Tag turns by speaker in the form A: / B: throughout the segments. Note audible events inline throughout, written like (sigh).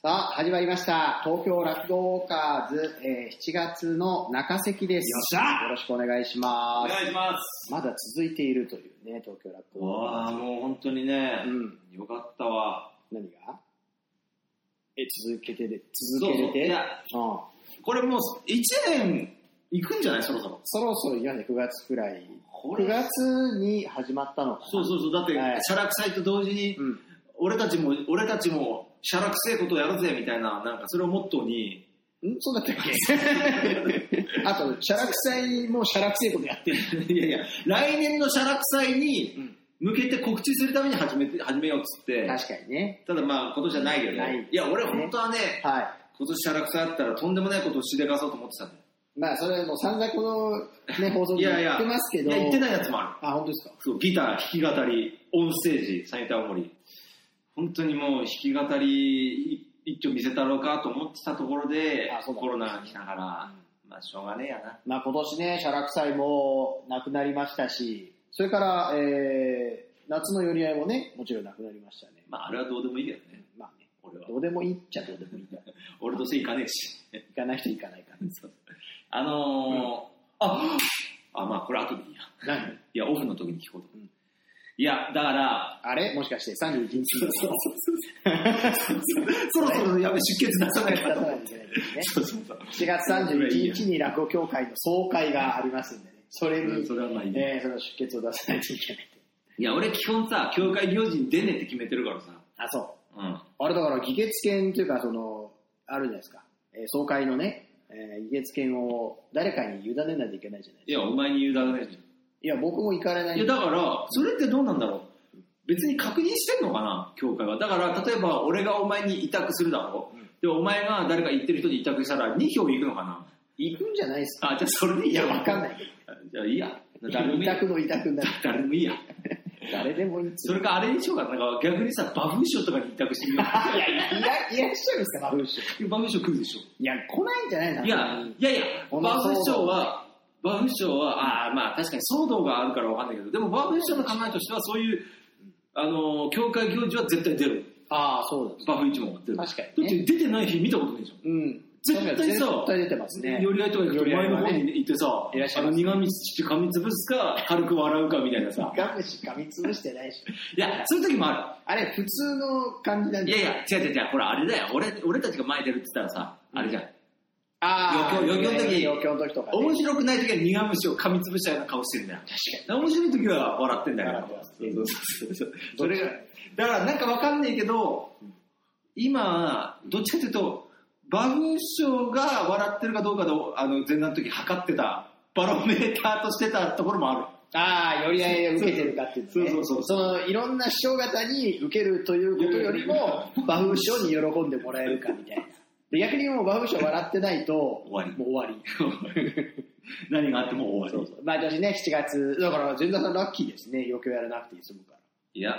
A: さあ、始まりました。東京落語ウォーカーズ、えー7月の中関です。
B: よっしゃ
A: よろしくお願いし
B: お
A: ます。
B: 願いします。
A: まだ続いているというね、東京落語ウォー
B: わ
A: カ
B: あ、もう本当にね
A: ーズ。、うん。
B: よかったわ。
A: 何がえ、続けてで、
B: そ
A: 続
B: う
A: け
B: そ
A: れ
B: うい
A: て
B: や、
A: うん。
B: これもう1年いくんじゃないそろそろ。
A: そろそろ今ね、9月くらい。
B: こ
A: 9月に始まったのかな。
B: そうそうそう。だって、
A: はい
B: シャラ臭いと同時に、
A: うん。
B: 俺たちも、俺たちも、シャラ臭いことをやるぜみたいな、なんかそれをモットーに、
A: んそうだったっけ (laughs) あと、シャラクサイもシャラクセイことやってる。
B: いやいや、来年のシャラ臭いに向けて告知するために始めて始めようっつって、
A: 確かにね。
B: ただまあ今年はないよ
A: ない
B: ね。いや、俺本当はね、
A: は
B: 今年シャラ臭いあったらとんでもないことをしでかそうと思ってたんだよ。
A: い。まあ、それはもう散々この、ね、放送
B: い
A: で
B: やい
A: 言
B: や、
A: ってますけど。
B: いや、言ってないやつもある。
A: あ、本当ですか。
B: そう、ギター、弾き語り、オンステージ、サニターモリ。本当にもう弾き語りい一挙見せたろうかと思ってたところで
A: あそう、だ
B: コロナが来ながら、まあしょうがねえやな。
A: まあ、今年ね、シャラクサイもなくなりましたし、それから、えー、夏の寄り合いもね、もちろんなくなりましたね。
B: まああれはどうでもいいけどね、
A: まあね、
B: 俺は。
A: どうでもいいっちゃどうでもい (laughs) いんだ。
B: 俺とせ行かねえし。
A: 行かない人行かないか
B: あのーあ、あ、まあこれ後でいいや。
A: ら。何
B: いや、オフの時に聞こうと。
A: うん
B: いや、だから、
A: あれもしかして31日に
B: そろそろやべ、出血出さない
A: 出
B: か
A: さ
B: ら。
A: ないといけないですね。
B: そうそうそう。
A: 7月31日に落語協会の総会がありますんでね、それに、
B: それはまあいいや。
A: えーその出血を出さないといけない。
B: いや、俺基本さ、教会行事に出ねえって決めてるからさ。
A: あ、そう。
B: うん。
A: あれだから、議決権というか、その、あるじゃないですか、えー総会のね、えー議決権を誰かに委ねないといけないじゃないですか。
B: いや、お前に委ねるじ
A: いや、僕も行かれな
B: ゃ
A: い
B: ん。いや、だから、それってどうなんだろう。別に確認してんのかな、教会は。だから、例えば、俺がお前に委託するだろ
A: うん
B: で、お前が誰か言ってる人に委託したら、2票いくのかな。
A: 行くんじゃないですか。
B: あ、じゃあ、それでいい
A: い
B: や。。
A: や、わかんないいけど。
B: じゃあ、いいや。誰でもい
A: 委
B: いや。
A: 託の委託になる。
B: 誰でもいいや。
A: 誰でもいいっつう
B: それか、あれにしようかな。なんか、逆にさ、バフン賞とかに委託してみよ
A: (laughs) いや、いらいらっしゃるんですか、バフン賞。
B: う。バフン賞来るでしょ。
A: いや、来ないんじゃないの
B: いや、いやいや、バーフン賞は、バーフン賞は、ああ、まあ確かに騒動があるからわかんないけど、でもバーフン賞の考えとしては、そういう、あのー、教会行事は絶対出る。
A: ああ、そうだ。
B: バーフン一問は出る。
A: 確か
B: だ
A: に
B: っ
A: ね
B: て出てない日見たことないじゃん。
A: うん。
B: 絶対さ
A: 絶対出てますね。
B: 寄り合いとか行くと前の方に行ってさ、
A: いらっしゃ
B: あ
A: いま
B: の
A: す
B: 苦みして噛みつぶすか、軽く笑うかみたいなさ。
A: ガムシ噛みつぶしてないし。
B: いや、そういう時もあ
A: あれ、普通の感じなん
B: る。い
A: で
B: やいや、違う違う違う、ほら、あれだよ。俺、俺たちが前出るって言ったらさ、あれじゃん。
A: ああ、
B: 余興余興の時
A: 余興の時とか、ね。
B: 面白くない時は苦虫を噛みつぶしたような顔してるんだよ。
A: 確
B: 面白い時は笑ってんだから
A: 笑ってます
B: そうそうそうそうそれがだからなんかわかんないけど今どっちかというとバグ賞が笑ってるかどうかであの前段の時測ってたバロメーターとしてたところもある
A: ああ、寄り合いを受けてるかっていうのね。
B: そうそうそう
A: その、いろんな師匠方に受けるということよりも、馬風師匠に喜んでもらえるかみたいな。で逆にもう馬風師匠笑ってないと、も
B: 終わり
A: う終わり。
B: 何があっても終
A: そ
B: わ
A: うそう。毎年ね、7月、だから、前座さんラッキーですね。余興やらなくて済むから。
B: りいや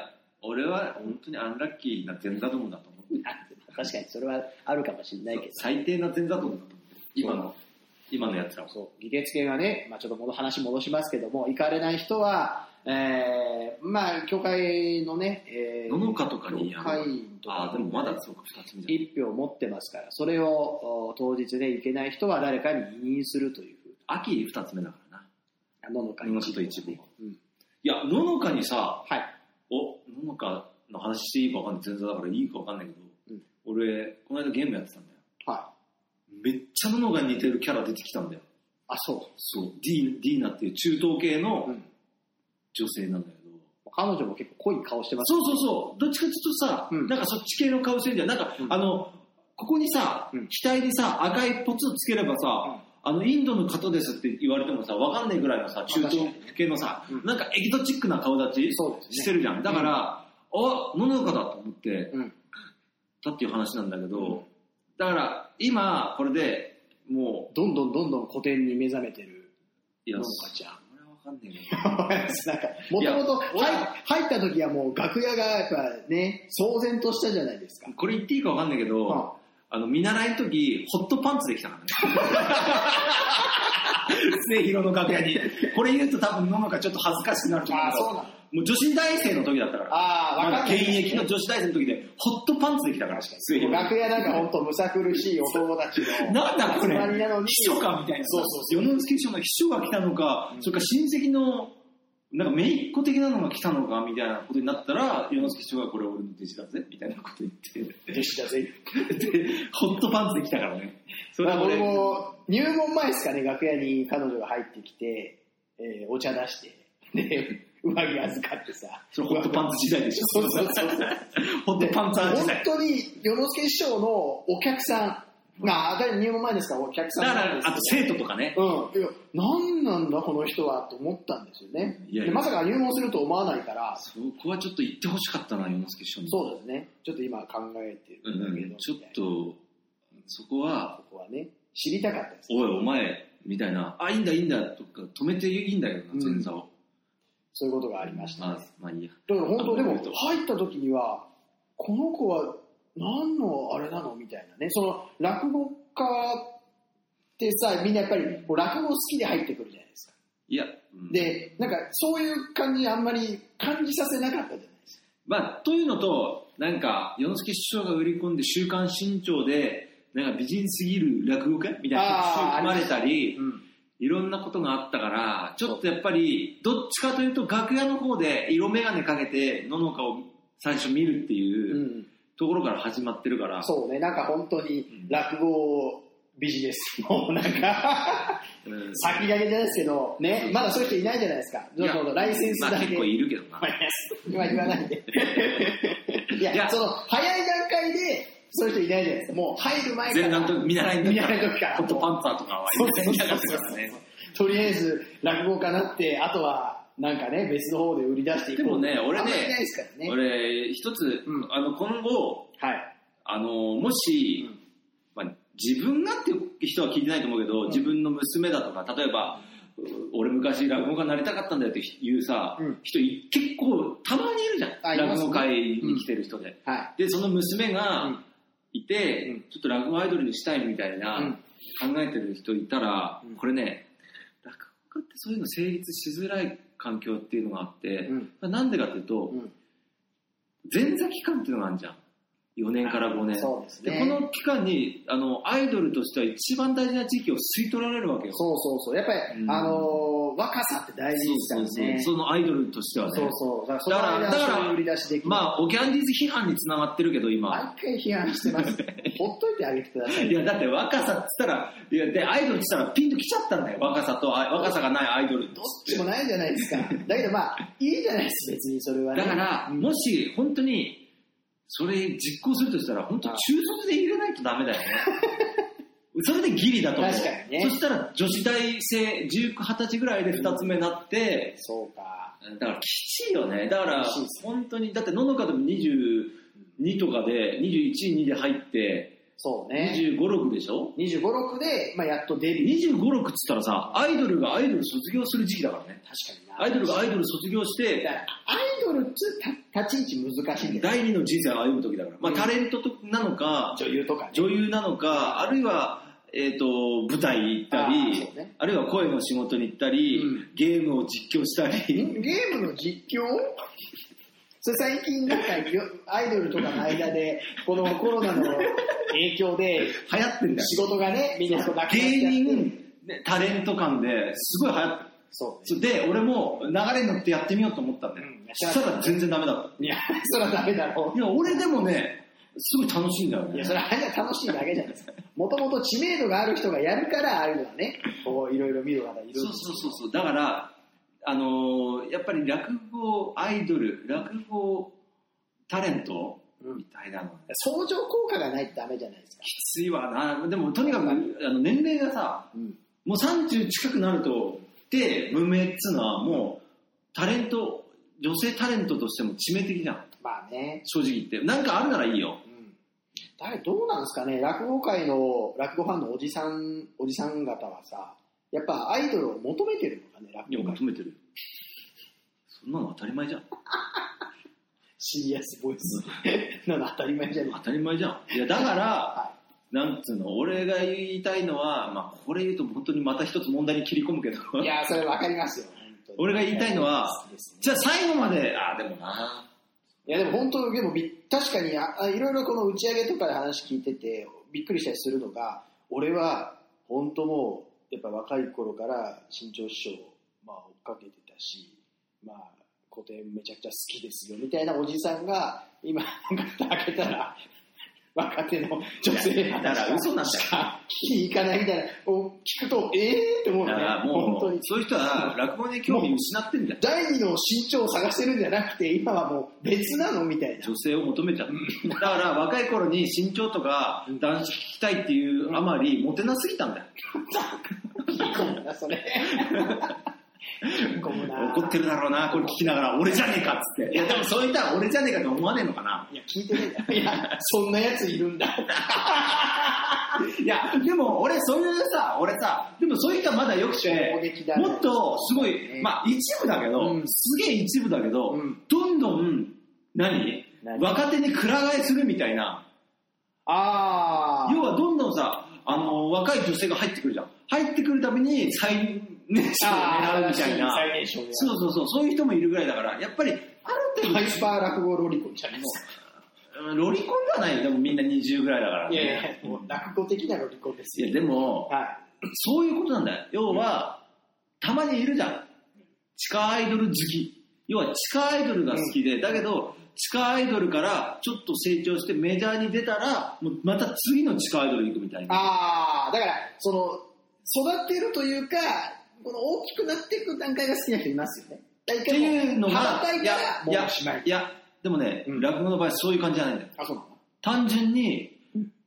B: 俺は本当にアンラッキーな前座どもだと思って
A: あ確かに、それはあるかもしれないけど。
B: 最低な前座どもだと思って今
A: そう
B: の今のやつらは
A: そう、議決権はね、まあ、ちょっと戻話戻しますけども、行かれない人は、えー、まあ、教会のね、えー、
B: 野の花とかにや
A: 教
B: る
A: 会員と
B: あ
A: か
B: あでもまだそうか2つ目じゃない
A: 一票持ってますから、それをお当日で行けない人は誰かに委任するというふう
B: 秋2つ目だからな
A: な、ののか
B: ののかと一部
A: ねうん。
B: いや、ののかにさ、
A: はい。
B: お、ののかの話していいかわかんない。全然だからいいかわかんないけど、
A: うん
B: 俺、この間ゲームやってたんだよ。
A: はい。
B: めっちゃののかに似てるキャラ出てきたんだよ。
A: あ、そ
B: そう、ディーディーナっていう中東系
A: う。う
B: の
A: ん。
B: 女性なんだけど、
A: 彼女も結構濃い顔してます。
B: そうそうそう、どっちかっていうとさ、
A: うん
B: なんかそっち系の顔してるじゃん。なんか、
A: うん
B: あの、ここにさ、
A: うん
B: 額にさ、赤いポツをつければさ、あの、インドの方ですって言われてもさ、わかんないぐらいのさ、中東系のさ、
A: うん
B: なんかエキゾチックな顔立ち
A: そうですね
B: してるじゃん。だから、あ、ののかだと思って、
A: うん
B: だっていう話なんだけど、
A: うん
B: だから、今、これでも
A: どんどんどんどん古典に目覚めてる、
B: う、い
A: のの
B: そ
A: かちゃん。 (laughs)
B: れはわかんないけ
A: なんか、もともと
B: 俺
A: 入った時はもう楽屋がやっぱね、騒然としたじゃないですか
B: ど、。これ言っていいかわかんないけど、
A: うん
B: あの、見習いの時、ホットパンツできたから
A: (laughs)
B: ね。末広の楽屋に。これ言うと多分、ののかちょっと恥ずかしくなると思う
A: あ
B: ん
A: あ、
B: だけど
A: そうなの。
B: もう女子大生の時だったから。
A: ああ、
B: まだ
A: わかん
B: 現
A: ない。
B: 役の女子大生の時で、ホットパンツできたから、末広
A: 楽屋なんかほんとむさ苦しいお友達の。
B: なんだこれ
A: 集まりなのに
B: 秘書かみたいな。
A: そうそうそう
B: 世の月秘書の秘書が来たのか、それから親戚の、なんか姪っ子的なのが来たのかみたいなことになったら、世の月秘書がこれ俺の弟子だぜ、みたいなこと言って。
A: 弟子だぜ。
B: で、ホットパンツで来たからね。そ
A: (laughs) まあ、
B: 俺
A: 俺も入門前ですかね、楽屋に彼女が入ってきて、えーお茶出して、で、上着預かってさ。
B: それホットパンツ時代でしょ。
A: そうそうそうそう。
B: ホットパンツァー時
A: 本
B: 代。
A: 当に、世之助師匠のお客さん、まあ、当たり入門前ですから、お客さん
B: だか
A: なん
B: ら
A: で、す
B: あと生徒とかね。
A: うん、いや、何なんだ、この人はと思ったんですよね。
B: いやいや
A: でまさか入門すると思わないから、
B: そこはちょっと言ってほしかったな、世之助師匠に。
A: そうですね。ちょっと今考えて
B: う
A: るんだけど、
B: ん、ちょっ
A: みたい
B: と、そこは
A: な、ここはね、知りたかったです。
B: おいお前、みたいな、あ、いいんだいいんだとか止めていいんだけど
A: うん
B: な、前座を。
A: そういうことがありましたね。
B: まあ、まあいいや。
A: だから本当、でも
B: あの
A: 入った時には、この子は何のあれなのみたいなね、その落語家ってさ、みんなやっぱりこう落語好きで入ってくるじゃないですか。
B: いや、うん、
A: で、なんかそういう感じあんまり感じさせなかったじゃないですか。
B: まあ、というのと、なんか、世之助師匠が売り込んで、週刊新潮で、なんか美人すぎる落語家みたいな
A: あー
B: 特集組まれたり、
A: うん
B: いろんなことがあったから、ちょっとやっぱり、どっちかというと、楽屋の方で色眼鏡かけて、ののかを最初見るっていうところから始まってるから、
A: そうね、なんか本当
B: う
A: に
B: ん
A: 落語ビジネスのなん
B: (laughs)
A: か
B: うん
A: 先駆けじゃないですけど、ね、まだそういう人いないじゃないですか。
B: いや
A: どうぞライセンス
B: ま
A: だ
B: あ
A: け。
B: 結構いるけどな。 (laughs)
A: 今言わないで。いや、
B: いや
A: その、早い段階で、そういう人いないじゃないですか。もう入る前か
B: 前
A: ら。
B: 段と見習いの時
A: 見習いの時から
B: ホットパンツァーとかは
A: そうそう
B: いな
A: そ
B: か
A: う
B: ったからね。
A: とりあえず、落語家なって、あとは、なんかね、別の方で売り出していこう
B: でもね俺ね
A: あんまりいないですからね。
B: 俺、一つ、
A: うん
B: あの、今後、
A: はい。
B: あの、もし、
A: うん
B: まあ、自分がっていう人は聞いてないと思うけど、
A: ん
B: 自分の娘だとか、例えば、俺昔落語家になりたかったんだよっていうさ、
A: うん
B: 人い結構たまにいるじゃ
A: あ
B: ん。
A: います
B: 落語会に来てる人で。
A: はい。
B: で、その娘
A: う
B: が
A: ん
B: いて、
A: うん
B: ちょっと落語アイドルにしたいみたいな、
A: うん
B: 考えてる人いたら、
A: うん
B: これね、落語家ってそういうの成立しづらい環境っていうのがあって、
A: うん
B: まあなんでかっていうと、
A: うん
B: 前座期間っていうのがあるじゃん。4年から5年。
A: そうです
B: で
A: ね。
B: この期間にあのアイドルとしては一番大事な時期を吸い取られるわけよ。
A: そうそうそう。やっぱり、
B: うん
A: あのー若さって大事ですからね。
B: そのアイドルとしてはね。
A: そうそう。だか
B: だからだ
A: ら、その間
B: から
A: そういう売り出しできる。
B: まあ、オキャンディーズ批判につながってるけど、今。
A: 毎回批判し
B: (laughs)
A: てます。ほっといてあげてください。
B: いや、だって若さっつったら、いや、で、アイドルっつったらピンときちゃったんだよ。若さと、あ若さがないアイドル
A: どっちもないじゃないですか。だけどまあ、いいじゃないです、別にそれはね。
B: だから、
A: うん
B: もし本当に、それ実行するとしたら、本当中卒で入れないとダメだよね。 (laughs) それでギリだと思う。
A: 確かにね
B: そしたら女子大生、19、20歳ぐらいで2つ目なって、
A: そうか。
B: だからきちいよね。だから
A: きちいです
B: 本当に、だってののかでも22とかで、21、2で入って、
A: そうね。
B: 25、6でしょ
A: 25、6で、まあ、やっとデビュー。
B: 25、6っつったらさ、アイドルがアイドル卒業する時期だからね。
A: 確かにな。
B: アイドルがアイドル卒業して
A: だ、からアイドルっつた立ち位置難しいんだよ。
B: 第二の人生を歩む時だから。まあ
A: うん
B: タレントとなのか、
A: 女優とかね。
B: 女優なのか、あるいは、えっ、と、舞台行った
A: あー
B: り
A: そう、ね
B: あるいは声の仕事に行ったり、
A: うん
B: ゲームを実況したり、
A: んゲームの実況それ最近なんかよアイドルとかの間でこのコロナの影響で
B: 流行ってんだよ
A: 仕事がねみんなそうなくなっちゃって
B: 芸人、ねタレント間ですごい流行ってる
A: そう
B: そうで、俺も流れに乗ってやってみようと思ったんだよ。
A: うん
B: そしたら全然ダメだっ
A: いやそれはダメだろ
B: た。いや、俺でもね、すごい楽しいんだよ
A: うい
B: ね
A: や。それは楽しいだけじゃないですかもともと知名度がある人がやるからああいうのはねこういろいろ見る方がいるんです
B: そうそうそうそう。だから、あのーやっぱり落語アイドル、落語タレント
A: うん
B: みたいなのが
A: 相乗効果がないとダメじゃないですか、
B: きついわな。でも、とにかく、あの、年齢がさ、
A: うん、
B: もう30近くなると、で、無名っつうのはもう、タレント、女性タレントとしても致命的じゃん。
A: まあね
B: 正直言って。なんかあるならいいよ。
A: うん誰どうなんですかね落語界の落語ファンのおじさんおじさん方はさやっぱアイドルを求めてるのかね
B: いや、
A: 落語界
B: 求めてるよ。そんなの当たり前じゃん。
A: シリアスボイス (laughs) なの当たり前じゃない
B: 当たり前じゃん。いや、だから、
A: は
B: なんつうの、俺が言いたいのは、まあ、これ言うと本当にまた一つ問題に切り込むけど、
A: いいやそれ分かりますよ本当当に
B: 俺が言いたいのは
A: 好きですね
B: じゃあ最後まで、ああ、でもな。
A: いやでも本当、でもび確かにああいろいろこの打ち上げとかで話聞いててびっくりしたりするのが俺は本当もうやっぱ若い頃から新潮師匠、まあ、追っかけてたし、まあ、古典めちゃくちゃ好きですよみたいなおじさんが今なんか蓋開けたら若手の女性
B: だから嘘なんだよ
A: しか聞きに行かないみたいなを聞くとええー、って思う
B: だ
A: ね
B: から
A: 本
B: も
A: 当に
B: う、そういう人は落語に興味を失ってんだよ。
A: 第二の身長を探してるんじゃなくて今はもう別なのみたいな
B: 女性を求めちゃう。だから若い頃に身長とか
A: うん
B: 男子聞きたいっていうあまりモテなすぎたんだよ。
A: 引き込むな (laughs) それ引き込むな
B: 怒ってるだろうな、これ聞きながら俺じゃねえかっつって。いやでもそういったら俺じゃねえかって思わねえのかな。
A: いや聞いてないんだいやそんなやついるんだ
B: いや、でも俺そういうさ、俺さ、でもそういう人はまだよく
A: 衝
B: て、
A: 撃だね
B: もっとすごい、まあ一部だけど、
A: うん
B: すげえ一部だけど、
A: うん
B: どんどん、何
A: 何
B: 若手にくら替えするみたいな。
A: あ
B: 要はどんどんさ、あの、若い女性が入ってくるじゃん。入ってくるたびに最年少を狙うみたいな。
A: 最年少で
B: そうそうそう、そういう人もいるぐらいだから、やっぱり、ある程度、
A: ハイパー落語ロリコンじゃないです
B: うんロリコンではないよでもみんな20ぐらいだから、
A: かい
B: ね。
A: やいやもう落語的なロリコンです
B: い
A: よ
B: やでも、
A: は
B: そういうことなんだよ。要は、たまにいるじゃん。地下アイドル好き。要は地下アイドルが好きで、だけど、地下アイドルからちょっと成長してメジャーに出たら、もうまた次の地下アイドル行くみたい
A: い
B: な。
A: ああだからその育てるというかこの大きくなっていく段階が好きな人いますよねっ
B: っていうのが、
A: 羽ばたいたらもう
B: や
A: おしまい
B: いや、でもね、
A: うん
B: 落語の場合そういう感じじゃないんだよ。
A: あそうなの
B: 単純に、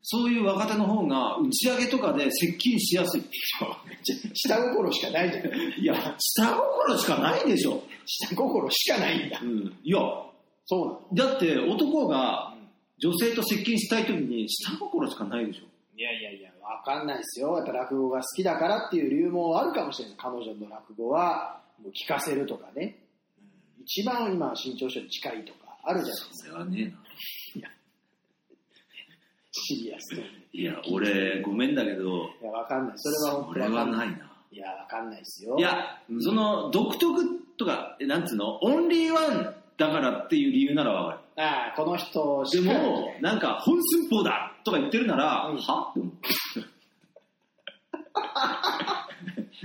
B: そういう若手の方が打ち上げとかで接近しやすい。
A: 下心しかないじゃん
B: いや、下心しかないでしょ。
A: 下心しかないんだ
B: いや、
A: そうなの
B: だって男が女性と接近したい時に下心しかないでしょ。
A: いやいやいや、わかんないですよ。やっぱ落語が好きだからっていう理由もあるかもしれない。彼女の落語は、もう聞かせるとかね。一番今、身長書に近いとか、あるじゃないですか。
B: それはねえな。
A: シリアスに。
B: いや、俺、ごめんだけど、
A: いや、わかんない。それは本当
B: それは
A: ない。
B: ないな。
A: いや、わかんないですよ。
B: いや、その、独特とか、えなんつうの、オンリーワンだからっていう理由ならわかる。
A: ああ、この人
B: で
A: しか
B: も、なんか、本寸法だとか言ってるなら、
A: うん
B: はって思う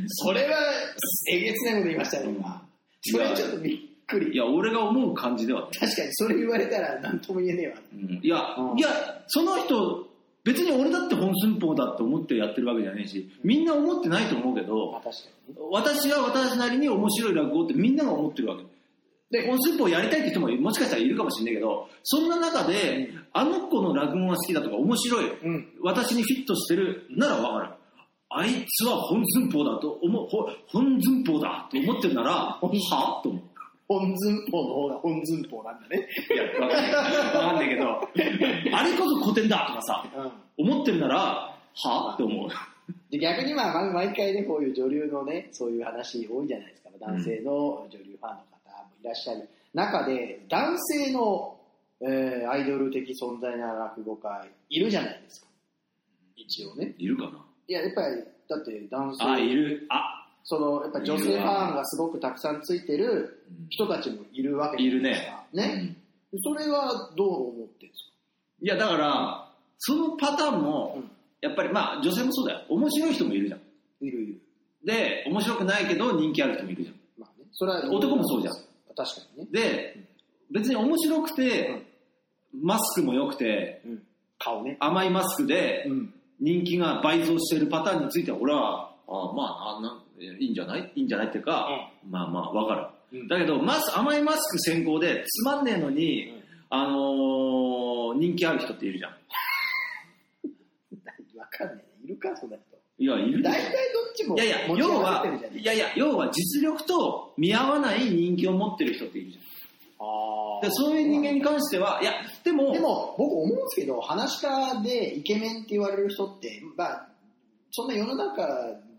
A: それは、えげつないこと言いましたね、今。それちょっとびっく
B: い
A: り。
B: や、俺が思う感じではない。
A: 確かに、それ言われたら、なんとも言えねえわ。
B: いや、
A: うん
B: いや、その人、別に俺だって本寸法だって思ってやってるわけじゃないし、みんな思ってないと思うけ
A: まあ、
B: ど、
A: 確かにね。
B: 私は私なりに面白い落語ってみんなが思ってるわけ。で、本寸法やりたいって人ももしかしたらいるかもしれないけど、そんな中で、あの子の落語が好きだとか面白い、
A: うん。
B: 私にフィットしてるならわかる。あいつは本寸法だと思う、ほ本寸法だと思ってるなら、はと思う。
A: 本寸法の方が本寸法なんだね。
B: いや、わかんない。わかんないけど、あれこそ古典だとかさ、
A: うん。
B: 思ってるなら、はって思う。
A: で逆にまあま毎回ねこういう女流のねそういう話多いじゃないですか男性の女流ファンの方もいらっしゃる中で男性の、えーアイドル的存在な落語家いるじゃないですか一応ね
B: いるかない
A: ややっぱりだって男
B: あ、い
A: 性
B: る。あ、
A: そのやっぱ女性ファンがすごくたくさんついてる人たちもいるわけじゃないですか
B: う
A: ね
B: ん
A: それはどう思ってるんです
B: いや、だから、そのパターンも
A: うん、
B: やっぱりまあ、女性もそうだよ。面白い人もいるじゃん。
A: かいるいる
B: で、面白くないけど人気ある人もいるじゃん。
A: まあねそれは
B: 男もそうじゃん
A: 確かにね
B: で、別に面白くて、マスクも良くて、
A: うん顔ね
B: 甘いマスクで
A: ん
B: 人気が倍増しているパターンについては俺は、あまああなん、いいんじゃないいいんじゃないっていうか、まあまあ、わかる。
A: うん
B: だけどマス甘いマスク先行でつまんねえのに、
A: うん
B: あのー人気ある人っているじゃん
A: わかんない。いるか、そんな人。
B: いやいる
A: 大体どっちも
B: いやいや
A: 持ち
B: 要
A: 上がっ
B: は
A: てるじゃない
B: いやいや要は実力と見合わない人気を持ってる人っているじゃ
A: あ
B: ん
A: ー
B: でそういう人間に関してはいやでも
A: でも、僕思うんですけど、話し家でイケメンって言われる人って、まあ、そんな世の中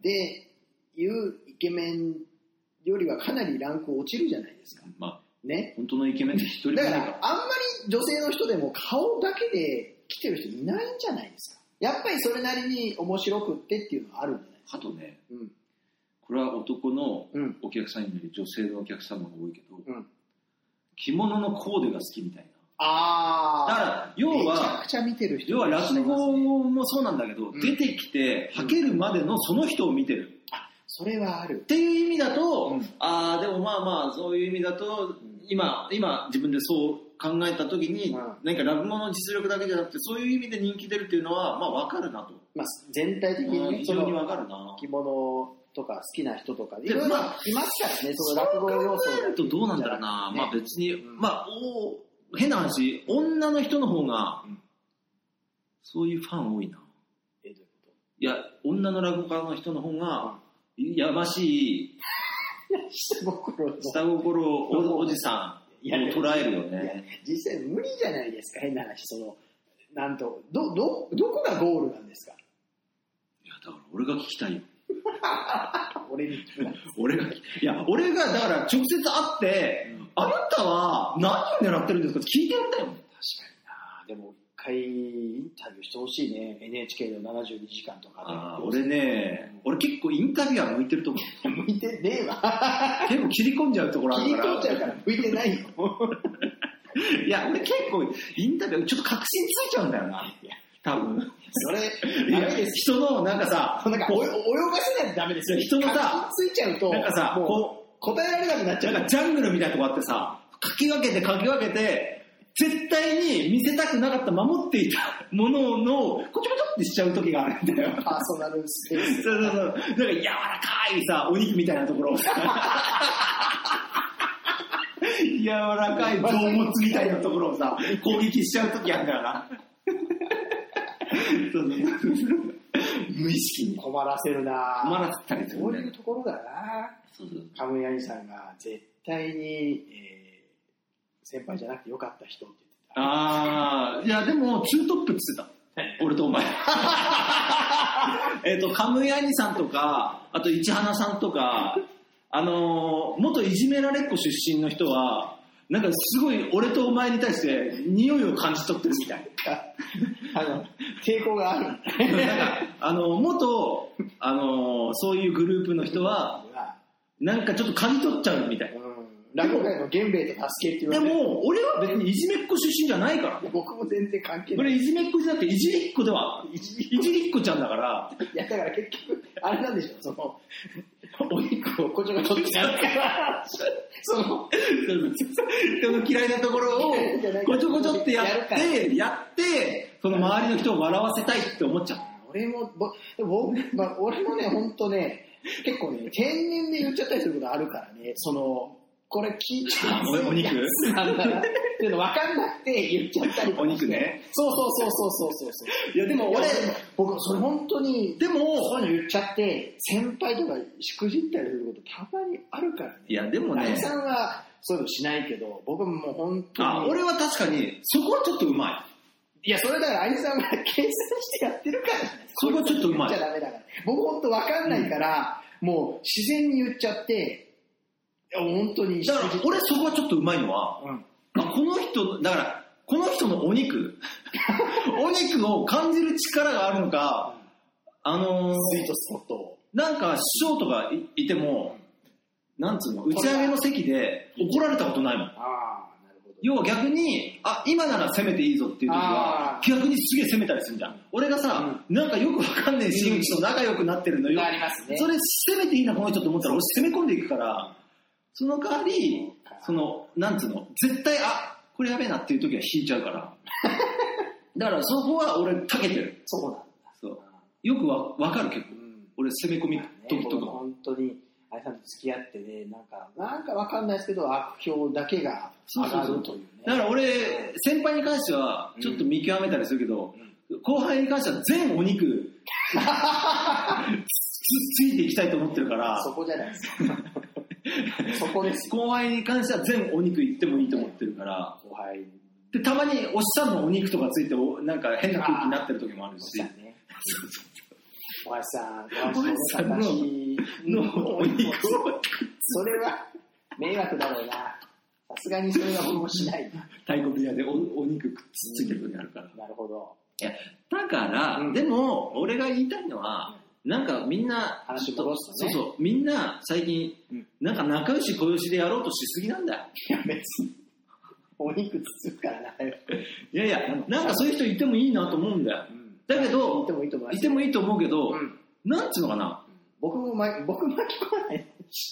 A: で言うイケメンよりはかなりランク落ちるじゃないですか。
B: まあ
A: ね。
B: 本当のイケメンって一人もいな
A: だ
B: い
A: か
B: からら、
A: あんまり女性の人でも顔だけで来てる人いないんじゃないですか。やっぱりそれなりに面白くってっていうのはあるんじゃないですか。
B: あとね
A: うん。
B: これは男の
A: うん
B: お客さんより女性のお客様が多いけど、
A: うん
B: 着物のコーデが好きみたいな。だか
A: あ
B: ら、
A: あ
B: 要
A: めちゃ
B: は
A: く、ちゃ見てる人
B: 要は落語もそうなんだけど、
A: うん
B: 出てきて、はけるまでのその人を見てる。
A: それはある
B: っていう意味だと、
A: うん
B: ああでもまあまあそういう意味だと
A: ん
B: 今今自分でそう考えた時に、
A: うん
B: なんか落語の実力だけじゃなくてそういう意味で人気出るっていうのはまあ分かるなと、
A: まあ、全体的
B: うん
A: に
B: 非
A: そ
B: 常に
A: の
B: 分かるな
A: 着物とか好きな人とかい
B: で
A: ろいろい
B: まあ
A: ますからねその落語要素
B: そう考えるとどうなんだろうな、
A: ね
B: まあ別に、
A: ん
B: まあお変な話女の人の方が、
A: うん
B: そういうファン多いな
A: えどういうこ
B: いや女の落語家の人の方が、やましい
A: と下心の
B: 下心をおおじさ
A: い
B: ん
A: や
B: を捉えるよ
A: い
B: ね
A: や実際無理じゃないですか変な話そのなんとどどどこがゴールなんですか
B: いや、だから俺が聞きたいよ。
A: 俺に聞くな
B: 俺が聞き、いや、俺がだから直接会って、あなたは何を狙ってるんですかって聞いてやったよ。
A: あーでも一回インタビューしてほしいね NHK の72時間とか
B: あー俺ね、俺結構インタビュアー向いてると思う。 (laughs)
A: で (laughs) 向いてねえわ
B: 結構切り込んじゃうところあ
A: 切
B: る
A: り
B: から。
A: 込んじゃうから向いてないよ
B: いや、俺結構インタビュー、ちょっと確信ついちゃうんだよな。多分。
A: それ
B: い
A: ダ
B: や
A: メです
B: (laughs) 人のなんかさ、
A: なんかお泳がせないとダメですよ
B: 人のさ
A: ついちゃうと
B: なんかさ、
A: もう
B: こう、
A: 答えられなくなっちゃう
B: なんかジャングルみたいなとこあってさ、かき分けてかき分けて、絶対に見せたくなかった守っていたものの、こちょこちょってしちゃう時があるんだよ。
A: パーソナルスペー
B: そう
A: ス
B: そうそう。なんか柔らかいさ、お肉みたいなと (laughs) ころをさ、柔らかい動物みたいなところをさ、攻撃しちゃう時あるんだよな。そうそう無意識に。
A: 困らせるな
B: 困らせたりする
A: そ
B: ん
A: う
B: だ
A: い
B: よ
A: う
B: ね。
A: ところだな
B: そうそう
A: カムヤニさんが絶対に、えー先輩じゃなくてよかった人って言ってた。
B: ああ、いや、でも、ツートップっつってた。俺とお (laughs) 前。えっと、カムイアニさんとか、あと、市花さんとか、あのー元いじめられっ子出身の人は、なんかすごい俺とお前に対して匂いを感じ取ってるみたい。
A: (laughs) あの、抵抗がある。
B: なんか、あの元、あのーそういうグループの人は、なんかちょっと嗅ぎ取っちゃうみた
A: う
B: い。
A: ん、落語界の源兵衛と助けって言
B: で
A: われて、
B: も、俺は別にいじめっ子出身じゃないから。
A: 僕も全然関係
B: こ
A: ない。
B: れいじめっ子じゃなくて、いじりっ子では、いじりっ子ちゃんだから、
A: いや、だから結局、あれなんでしょその、お肉をこちょが取ってきたから、 (laughs) その、
B: 人の嫌いなところ
A: (laughs)
B: をごちょごちょってやって、やって、その周りの人を笑わせたいって思っちゃう。
A: 俺も、ぼでも僕まあ、俺もね、ほんとね、結構ね、天然で言っちゃったりすることあるからね、その、これ聞いて
B: あおお肉
A: (laughs) やつなんだなっていうの分かんなくて言っちゃったりとか
B: お肉ね。
A: そうそうそうそうそうそうそう。
B: いやでも俺
A: いや僕、それ本当に、
B: でも、
A: そういうの言っちゃって、先輩とかしくじったりすることたまにあるからね。
B: いやでもね
A: 大地さんはそういうのしないけど、僕ももう本当に。
B: あ、俺は確かに、そこはちょっとうまい。
A: いや、それだから、兄さんが計算してやってるからじゃないですか
B: そこはちょっとうまい
A: 言っちゃダメだから。僕本当わかんないから、もう自然に言っちゃって、いや、本当に。
B: だから、俺そこはちょっとうまいのは、
A: うん。
B: あこの人の、だから、この人のお
A: (laughs)
B: 肉、お肉を感じる力があるのか、あのー
A: スイートスポットを。
B: なんか師匠とかいいても、なんつうの、打ち上げの席で怒られたことないもん。
A: ああ、なるほど。
B: 要は逆に、あ、今なら攻めていいぞっていう時は
A: あ、ー
B: 逆にすげえ攻めたりするじゃん。俺がさ、なんかよくわかんねえ真打ちと仲良くなってるのよ。
A: ありますね
B: それ攻めていいな、この人と思ったら、俺攻め込んでいくから、その代わり、その、なんつうの、絶対、あ、これやべえなっていう時は引いちゃう
A: (laughs)
B: から。だからそこは俺、たけてる。
A: そうなんだ。
B: そう。よくわわかるけど
A: う、ん。
B: 俺攻め込み時とか
A: 僕も
B: は。
A: 本当に、あいさんと付き合ってね、なんか、なんかわかんないですけど、悪評だけが上がるというね。
B: だから俺、先輩に関しては、ちょっと見極めたりするけど、後輩に関しては全お肉、つついていきたいと思ってるから、
A: そこじゃないですか。そこです。
B: 後輩に関しては全お肉いってもいいと思ってるから、
A: 後輩に。
B: で、たまにおっさんのお肉とかついて、おなんか変な空気になってる時もあるし
A: さ、んね。おやさん、
B: おやじさんののお肉を
A: それは迷惑だろうな。さすがにそれは僕もしないな。
B: (laughs) 太鼓部屋でおお肉くっつついてる時あるから。
A: なるほど。
B: いやだから、
A: うん
B: でも、俺が言いたいのは、なんかみんな、
A: 話戻すとね
B: そうそう、みんな最近、
A: うん
B: なんか仲良し小良しでやろうとしすぎなんだよ。
A: いや、別に。お肉包むからな。
B: いやいや、なんかそういう人いてもいいなと思うんだよ。だけ
A: いて
B: ど、
A: もいいと思いま
B: い
A: す。
B: てもいいと思うけど、
A: うん
B: なんつうのかな。
A: 僕も、ま、僕巻き込まない。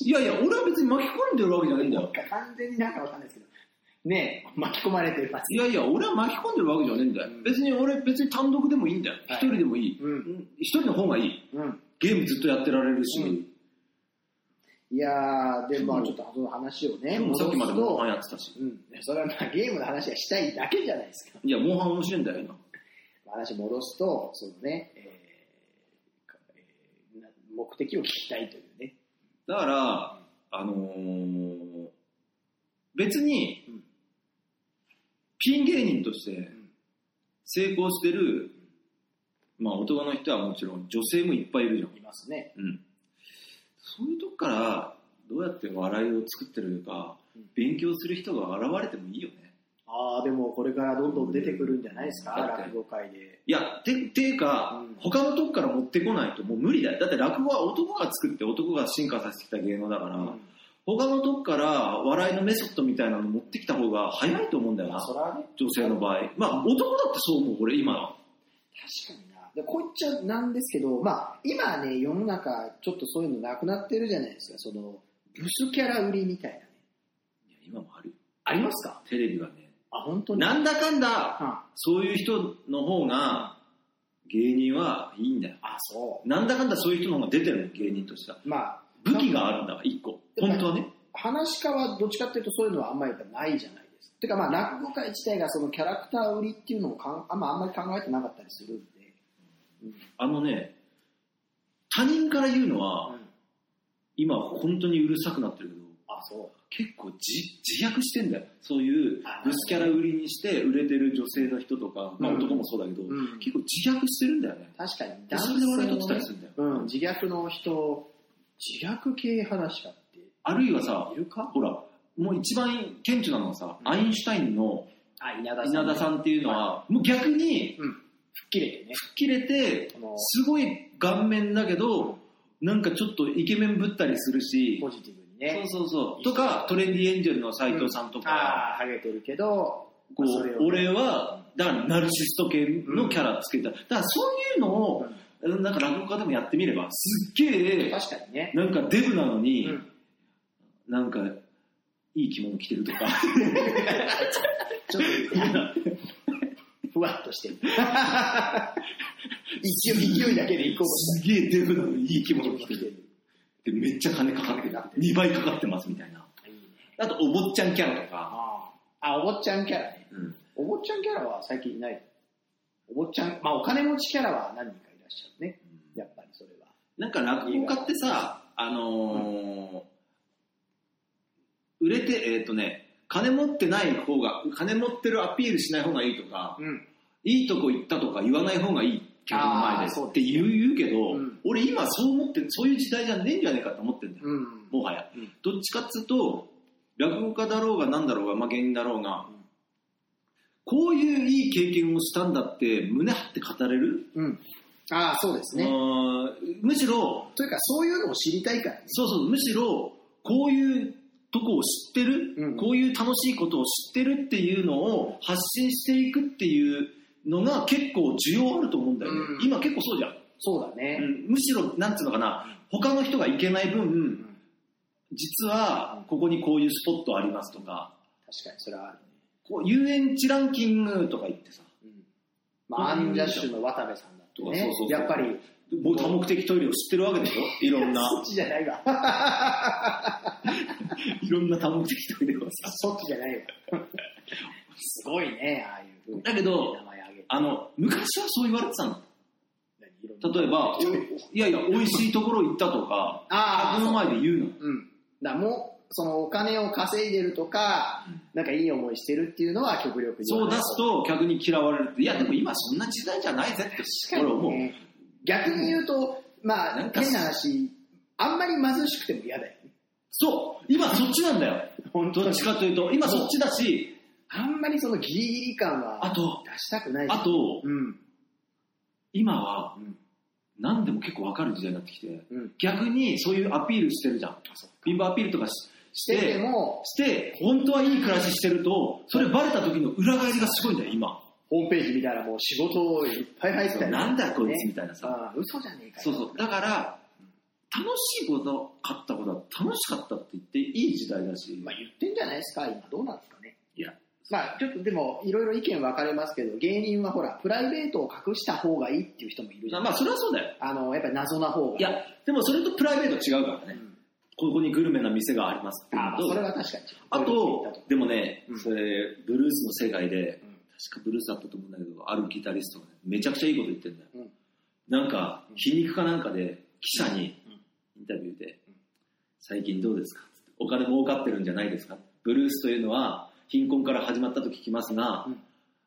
B: いやいや、俺は別に巻き込んでるわけじゃないんだ
A: な
B: よ
A: ん。か完全になんかわかんないです (laughs) けど。ねえ、巻き込まれてます。
B: いやいや、俺は巻き込んでるわけじゃないんだよ。
A: うん
B: 別に俺、別に単独でもいいんだよ。一、
A: はい
B: 人でもいい。
A: うん。
B: 一、人の方がいい。
A: うん。
B: ゲームずっとやってられるし、
A: うんいやー、で、ま
B: う
A: あ
B: ん
A: ちょっとその話をね、
B: でもさっきまで
A: 戻す
B: モンハン
A: と
B: やってたし。
A: うん。それはまあゲームの話はしたいだけじゃないですか。
B: いや、モンハン面白いんだよ、今。
A: 話戻すと、そのね、えーかえーな目的を聞きたいというね。
B: だから、あのー別に、
A: うん
B: ピン芸人として
A: ん
B: 成功してる、まあ男の人はもちろん女性もいっぱいいるじゃん。
A: いますね。
B: うん。そういうとこから、どうやって笑いを作ってるか
A: うん、
B: 勉強する人が現れてもいいよね。
A: ああ、でもこれからどんどん出てくるんじゃないですか、
B: うん
A: 落語界で。
B: いや、て、ていうか、
A: うん
B: 他のとこから持ってこないともう無理だよ。だって落語は男が作って男が進化させてきた芸能だから、
A: うん
B: 他のとこから笑いのメソッドみたいなの持ってきた方が早いと思うんだよ
A: まあ、
B: な、
A: それはね、
B: 女性の場合。まあ、男だってそう思う、俺、今は。
A: 確かにな。で、こう言っちゃなんですけど、まあ、今ね、世の中、ちょっとそういうのなくなってるじゃないですか、その、ブスキャラ売りみたいなね。
B: いや、今もあるよ。
A: ありますか
B: テレビはね。
A: あ、本当に
B: なんだかんだ、
A: あ
B: そういう人の方が、芸人はいいんだよ。
A: あ、そ
B: なんだかんだそういう人の方が出てるの、芸人としては。
A: う。まあ、
B: 武器があるんだから、一個。本当はね。
A: 話し家はどっちかっていうとそういうのはあんまりやっぱないじゃないですか。てかまあ落語界自体がそのキャラクター売りっていうのもかんあんまあんまり考えてなかったりするんで。
B: あのね、他人から言うのは、今本当にうるさくなってるけど、
A: あ、そ
B: 結構自自虐してんだよそういうブスキャラ売りにして売れてる女性の人とか、まあ、
A: うん
B: 男もそうだけど、
A: うん
B: 結構自虐してるんだよね
A: 確かに
B: で
A: 男
B: そ
A: 性
B: れで笑い取って
A: の
B: た
A: ね
B: りするんだよ、
A: うん、自虐の人、自虐系話家ってい
B: あるいはさ
A: るか
B: ほらもう一番顕著なのはさ、
A: うん
B: アインシュタインの
A: あ、稲田さん。
B: 稲田さ
A: 吹っ
B: んっていうのは、もう逆に
A: 切れてね。
B: 吹っ切れて
A: あの
B: すごい顔面だけどなんかちょっとイケメンぶったりするし
A: ポジティブに
B: そう
A: ね。
B: そうそうとかトレンディエンジェルの斎藤さんとか、
A: ああ、ハゲてるけど、
B: こ
A: まあそれを
B: う俺はだからナルシスト系のキャラつけた、だからそういうのをなんか落語家でもやってみればすっげえ
A: 確かにね。
B: なんかデブなのに、
A: うん
B: なんかいい着物着てる
A: (laughs)
B: とか
A: ちょっと、ふわっと (laughs) してる。勢い、勢いだけでいこうとし
B: すげえデブなのにいい着物着て
A: て
B: る
A: る。
B: でめっちゃ金かかってる2倍かかってますみたいない
A: いね。
B: あとお坊ちゃんキャラとか、
A: ああ、お坊ちゃんキャラね。
B: うん
A: お坊ちゃんキャラは最近いない。お坊ちゃん、まあお金持ちキャラは何人かいらっしゃるね。やっぱりそれは。
B: なんか落語家ってさあのー売れてえっ、とね金持ってない方が金持ってるアピールしない方がいいとか、
A: うん。
B: いいとこ行ったとか言わない方がいい客の前
A: あー
B: で
A: そう
B: って言う言うけど、
A: うん
B: 俺今そう思ってそういう時代じゃねえんじゃねえかと思ってんだよ、
A: うん。
B: もはや、
A: うん
B: どっちかっつうと落語家だろうが何だろうが、まあ、芸人だろうが、
A: うん
B: こういういい経験をしたんだって胸張って語れる、
A: うん。ああ、そうです
B: う
A: ね。
B: ーんむしろ
A: というか、そういうのを知りたいからね。
B: そうそうむしろこういうとこを知ってる、
A: うん
B: こういう楽しいことを知ってるっていうのを発信していくっていうのが結構需要あると思うんだよね、
A: うん
B: 今結構そうじゃん
A: そうだね。
B: うんむしろ、なんつうのかな、他の人が行けない分、
A: うん
B: 実はここにこういうスポットありますとか、
A: 確かに、それはあるね。
B: こう遊園地ランキングとか言ってさ、
A: うん。まあ、アンジャッシュの渡部さんだって
B: そう
A: ね
B: そうそう。
A: やっぱり、
B: もう多目的トイレを知ってるわけでしょ、いろんな、
A: (laughs) そっちじゃないわ。
B: いろんな多目的トイレをさ。
A: そっちじゃないわ。すごいね、ああいうふうに。
B: だけど
A: 名前あげて。
B: あの昔はそう言われてたの
A: 何いろんな
B: 例えばおいやいや美味しいところ行ったとか
A: ああ、
B: 客の前で言うの
A: うん。だからもう、そのお金を稼いでるとか、
B: うん
A: なんかいい思いしてるっていうのは極力言
B: そ
A: わ
B: う
A: な
B: 出
A: い
B: すと客に嫌われるっていやでも今そんな時代じゃないぜって
A: 確
B: 俺
A: かに
B: 思う
A: ね逆に言うと、ま
B: な
A: あ
B: ん、か
A: 変な話、あんまり貧しくても嫌だよね。
B: そう今そっちなんだよ
A: 本
B: どっちかというと今そっちだし
A: あんまりそのギリギリ感は
B: あと
A: 出したくないし
B: あと
A: うん。
B: 今は
A: うん
B: 何でも結構分かる時代になってきて、
A: うん
B: 逆にそういうアピールしてるじゃん貧乏アピールとかしし
A: してて
B: て
A: も、
B: して本当はいい暮らししてるとそれバレた時の裏返りがすごいんだよ今
A: ホームページ見たらもう仕事いっぱい入ってたり
B: なんだこいつみ
A: ね
B: たいなさ、
A: ああ嘘じゃねえか
B: そ
A: よ
B: うそう。だから、楽しいこと、勝ったことは楽しかったって言っていい時代だし、
A: まあ言ってんじゃないですか、今。どうなんですかね。
B: いや。
A: まあちょっとでも、いろいろ意見分かれますけど、芸人はほら、プライベートを隠した方がいいっていう人もいるじゃん。
B: まあそれはそうだよ。
A: あの、やっぱり謎な方が。
B: いや、でもそれとプライベート違うから
A: う
B: ね。
A: ん、
B: ここにグルメな店がありますっていう
A: あ
B: の
A: まあそれ
B: と、
A: は確かに。
B: あと、でもね
A: うん、
B: それ、ブルースの世界で、
A: うん
B: 確かブルースだったと思うんだけど、あるギタリストがね、めちゃくちゃいいこと言ってんだよ
A: うん。
B: なんか
A: うん、
B: 皮肉かなんかで、記者に
A: うん
B: インタビューで
A: うん、
B: 最近どうですかつってお金儲かってるんじゃないですかブルースというのは、貧困から始まったと聞きますが、
A: うん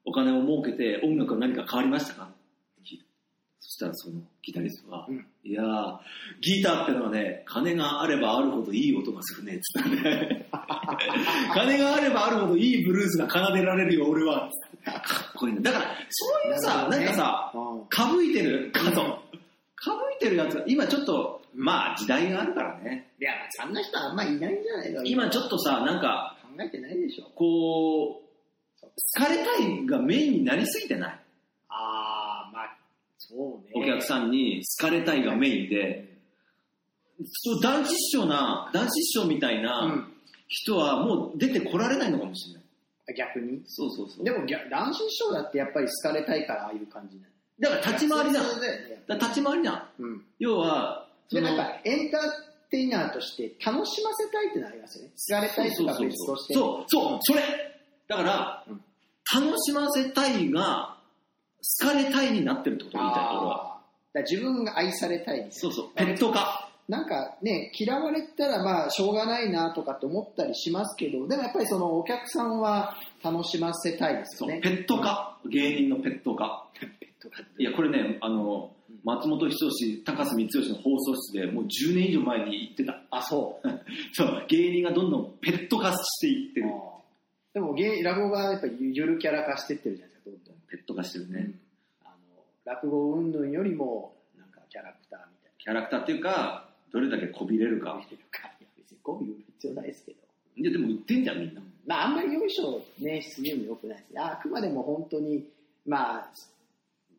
B: お金を儲けて音楽は何か変わりましたかって聞いたそしたらそのギタリストが、
A: うん
B: いやー、ギターってのはね、金があればあるほどいい音がするね、つった
A: (laughs)
B: ね。金があればあるほどいいブルースが奏でられるよ、俺は。かっこいいな。だから、そういうさ、な
A: なるほどね
B: んかさ、
A: うん
B: かぶいてるかと。かぶいてるやつは、今ちょっと、まあ時代があるからね。
A: いや、そんな人はあんまいないんじゃないの
B: 今ちょっとさ、なんか、
A: 考えてないでしょ。
B: こう、好かれたいがメインになりすぎてない。
A: ああ、まあ、そうね。。
B: お客さんに好かれたいがメインで、そう男子師匠な、男子師匠みたいうなん人はもう出てこられないのかもしれない。
A: 逆に。
B: そうそうそう。
A: でも、逆男子師匠だってやっぱり好かれたいから、ああいう感じなの
B: だから立ち回りだ。
A: そう
B: だ
A: だよね。
B: から立ち回りだ。
A: うん。
B: 要は、
A: で
B: の
A: なんかエンターテイナーとして楽しませたいってのはありますよね。好かれたいとか別として。
B: そうそうそれだから、
A: うん
B: 楽しませたいが好かれたいになってるってことを言いたい俺は
A: あーだから自分が愛されたいみたいな
B: そうそうペット化
A: なんかね、嫌われたらまあしょうがないなとかって思ったりしますけど、でもやっぱりそのお客さんは楽しませたいです
B: そ
A: よ
B: う、
A: ね。
B: ペット化芸人のペット化
A: とかって
B: いやこれねあの
A: うん
B: 松本人志高須光義の放送室でもう10年以上前に言ってた
A: あ、そう。
B: そう芸人がどんどんペット化していってる
A: あーでも芸落語がやっぱりゆるキャラ化してってるじゃないですか、どんどん。
B: ペット化してるね、
A: うんあの落語云々よりもなんかキャラクターみたいな。
B: キャラクターっていうかどれだけこびれる
A: い
B: か
A: や別に語尾売る必要ないですけど。
B: いやでも売ってんじゃんみんな
A: まあ、あんまりよいしょね、するのもよくないですね。あくまでも本当に、まあ、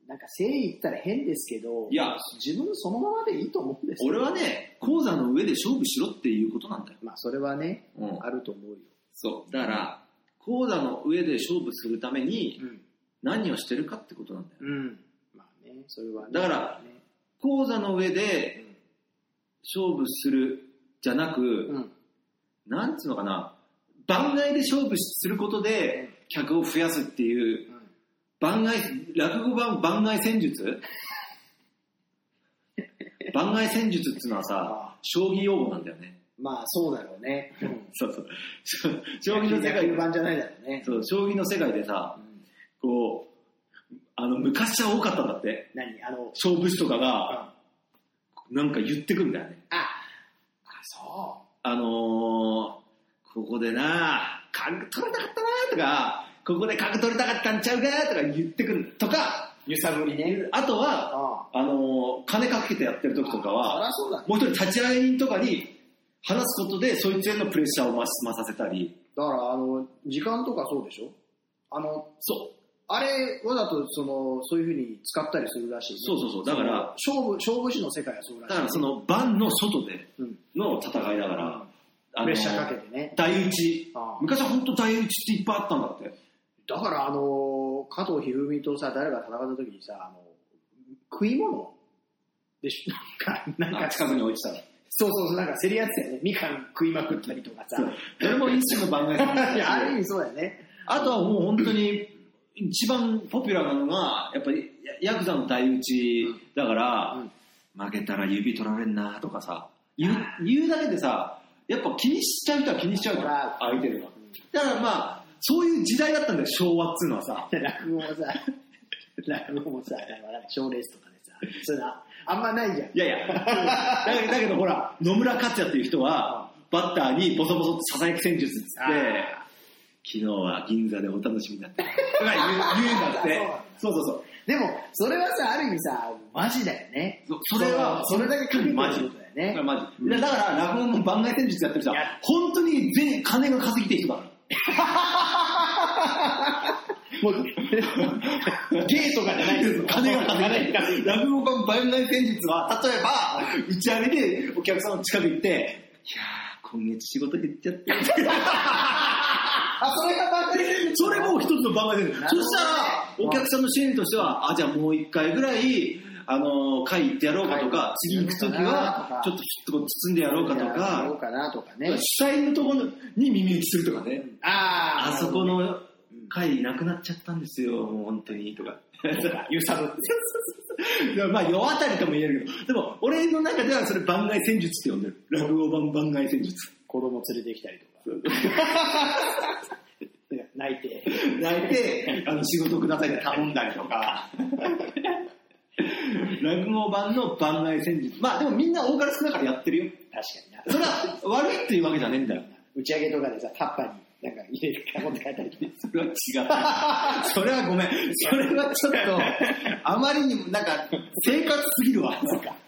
A: なんか誠意言ったら変ですけど、
B: いや
A: 自分そのままでいいと思うんですよ
B: 俺は、ね講座の上で勝負しろっていうことなんだよ、
A: まあ、それはね、
B: うん、
A: あると思うよ。
B: そう。だから、講座の上で勝負するために
A: うん。
B: 何をしてるかってことなんだよ。
A: うん。まあね、それはね。
B: だから
A: ね、
B: 講座の上で勝負するじゃなく、
A: うん。うん。
B: なんつうのかな、番外で勝負することで客を増やすっていう、
A: うん
B: 番外、落語版番外戦
A: (laughs)
B: 術番外戦術っていうのはさ、
A: あ
B: 将棋用語なんだよね。
A: まあ、そうだろうね。うん
B: そうそう。将棋の世界
A: 野球版じゃないだろうね。
B: そう、将棋の世界でさ
A: う、ん
B: こう、あの、昔は多かったんだって。
A: 何あの、
B: 勝負師とかが
A: あ、
B: なんか言ってくんだよね。
A: あ、そ
B: あのー、ここでな、角取れなかったなとか、ここで角取れたかったんちゃうかとか言ってくるとか、
A: う。揺さぶりね。
B: あとは、
A: あ
B: あのー、金かけてやってる時とか
A: あ。そり
B: は、
A: ゃそうだね。
B: もう一人立ち会い人とかに話すことで、そいつへのプレッシャーを増し増させたり、
A: だから、あの、時間とかそうでしょあの、
B: そう、
A: あれ、わざとそのそういうふうに使ったりするらしいね、
B: そうそうそうだから
A: その勝負、勝負師の世界はそうらしい、
B: だからその盤の外で
A: うん、
B: の戦いだから、あの
A: プレッシャーかけてね。
B: 台打ち。
A: ああ
B: 昔は本当台打ちっていっぱいあったんだって。
A: だから、あの、加藤一二三とさ、誰が戦った時にさ、あの食い物でしょなんか、
B: あ近くに置いてたら。
A: そうそうそう、なんか競り合ってたよね。みかん食いまくったりとかさ。
B: それも一種の番外
A: (laughs) いや、ある意味そうだよね。
B: あとはもう本当に、一番ポピュラーなのが、やっぱりヤヤクザの大打ちだから、負けたら指取られんなとかさ、言う言うだけでさ、やっぱ気にしちゃう人は気にしちゃう
A: ほ
B: から
A: ら、
B: 相手が。だからまあ、そういう時代だったんだよ、昭和っつうのはさ。
A: で落語もさ、落語もさ、なんか賞レースとかでさ、そういうのあんまないじゃん。
B: いやいや、だけどだけどほら、野村克也っていう人は、バッターにボソボソささやき戦術っつって
A: あー、
B: (laughs) 昨日は銀座でお楽しみだった。とか言う言うんだって
A: あ。
B: そうそうそう。
A: でも、それはさ、ある意味さ、マジだよね。
B: そそれは、
A: そのそれだけ書けてる
B: マジ
A: ってことだよね。
B: マジ。だから、落語も番外戦術やってる人
A: いや
B: は、本当に全金が稼ぎてる人 (laughs) だから。
A: もう、ゲーとかじゃないですよ
B: (laughs) 金が稼
A: 金
B: ぎ
A: が
B: て
A: 稼い
B: る。
A: でる
B: 落語家の番外戦術は、例えば、打ち上げでお客さんの近く行って、いやー、今月仕事減っちゃって。
A: あ、それが番外戦
B: それも一つの番外です
A: な
B: そ
A: るほどね
B: したら、お客さんの支援としては、あ、じゃあもう一回ぐらい、あの、会行ってやろうかとか、
A: 会
B: 次
A: 行
B: 行
A: っ
B: く
A: て
B: と
A: や
B: き
A: ろう
B: は
A: か、
B: ちょっとちょっと包んでやろうかと
A: やろう
B: か、
A: かなとかね。
B: 主催のところに耳打ちするとかね。
A: あー
B: あそこの会なくなっちゃったんですよ、もう本当に、とか。
A: 揺さぶっ
B: (laughs)
A: て。
B: いやまあ、世当たりとも言えるけど、でも、俺の中ではそれ番外戦術って呼んでる。ラブオ版番外戦術。
A: 子供連れてきたりとか。泣いて。
B: (laughs) 泣いて、あの、仕事くださいって頼んだりと
A: (laughs)
B: か。落語版の番外戦術。まあ、でもみんな大から少なからやってるよ。
A: 確かにな。
B: それは悪いっていうわけじゃねえんだよ。
A: 打ち上げとかでさ、タッパーになんか入れるかもって書いたりとか。
B: それは違
A: (laughs)
B: う。それはごめん。それはちょっと、あまりにもなんか、生活すぎるわ。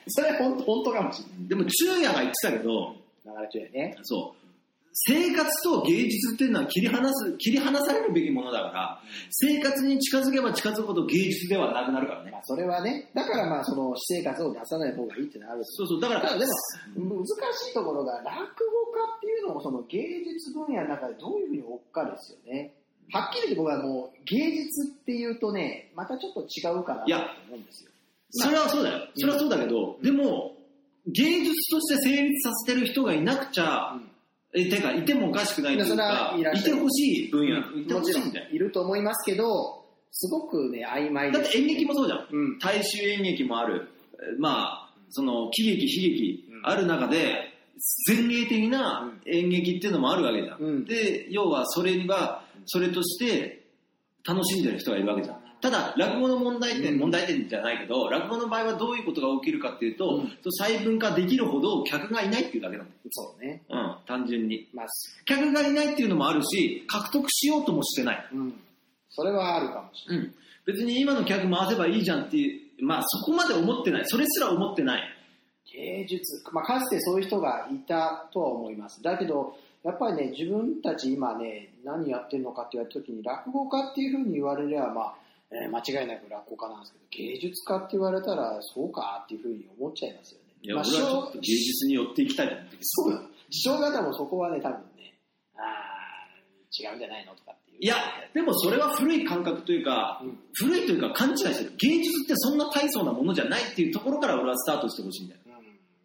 A: それは本当本当かもしれない。
B: でも、昼夜が言ってたけど、
A: 流れ中やね。
B: そう。生活と芸術っていうのは切り離す、切り離されるべきものだから、生活に近づけば近づくほど芸術ではなくなるからね
A: ま。あ、それはね、だからまあ、その、私生活を出さない方がいいってなるんですよ
B: そうそう、だか
A: ただ
B: ら、
A: でも、難しいところが、落語家っていうのも、その芸術分野の中でどういうふうに置くかですよね。はっきり言って僕はもう、芸術っていうとね、またちょっと違うかなと
B: いや
A: 思うんですよ。
B: それはそうだよ。それはそうだけど、でも、芸術として成立させてる人がいなくちゃ、え、てか、いてもおかしくないという
A: いやそれ
B: か、
A: はいらっ
B: い
A: しゃ
B: て
A: る
B: ほしい分野、いて
A: も
B: ほ
A: ち
B: し
A: ろ
B: い
A: ん
B: んだよ。
A: いると思いますけど、すごくね、曖昧
B: だ
A: で
B: っ
A: す。
B: て演劇もそうじゃん。
A: うん。
B: 大衆演劇もある、えまあ、その、喜劇、悲劇
A: う、ん
B: ある中で、前衛的な演劇っていうのもあるわけじゃん。
A: うん
B: で、要はそれが、それとして楽しんでる人がいるわけじゃん。ただ、落語の問題点、
A: うん
B: 問題点じゃないけど、落語の場合はどういうことが起きるかっていうと、
A: うん
B: その細分化できるほど客がいないっていうだけなんだ
A: そうね。
B: よ。うん、単純に。
A: まあ、
B: 客がいないっていうのもあるし、獲得しようともしてない。
A: うん。それはあるかもしれない。
B: うん、別に今の客回せばいいじゃんっていう、まあそこまで思ってない、それすら思ってない。
A: 芸術、まあ、かつてそういう人がいたとは思いますだけどやっぱりね自分たち今ね何やってるのかって言われた時に落語家っていうふうに言われれば、まあえー間違いなく落語家なんですけど芸術家って言われたらそうかっていうふうに思っちゃいますよね。
B: いや、
A: まあ、
B: 俺はちょっと
A: 師匠
B: 芸術に寄っていきたいと思ってる
A: そうなの師匠方もそこはね多分ねあー違うんじゃないのとかっていう
B: い
A: い
B: や、でもそれは古い感覚というか、
A: うん
B: 古いというか勘違いしてる。芸術ってそんな大層なものじゃないっていうところから俺はスタートしてほしいんだよ。
A: うん、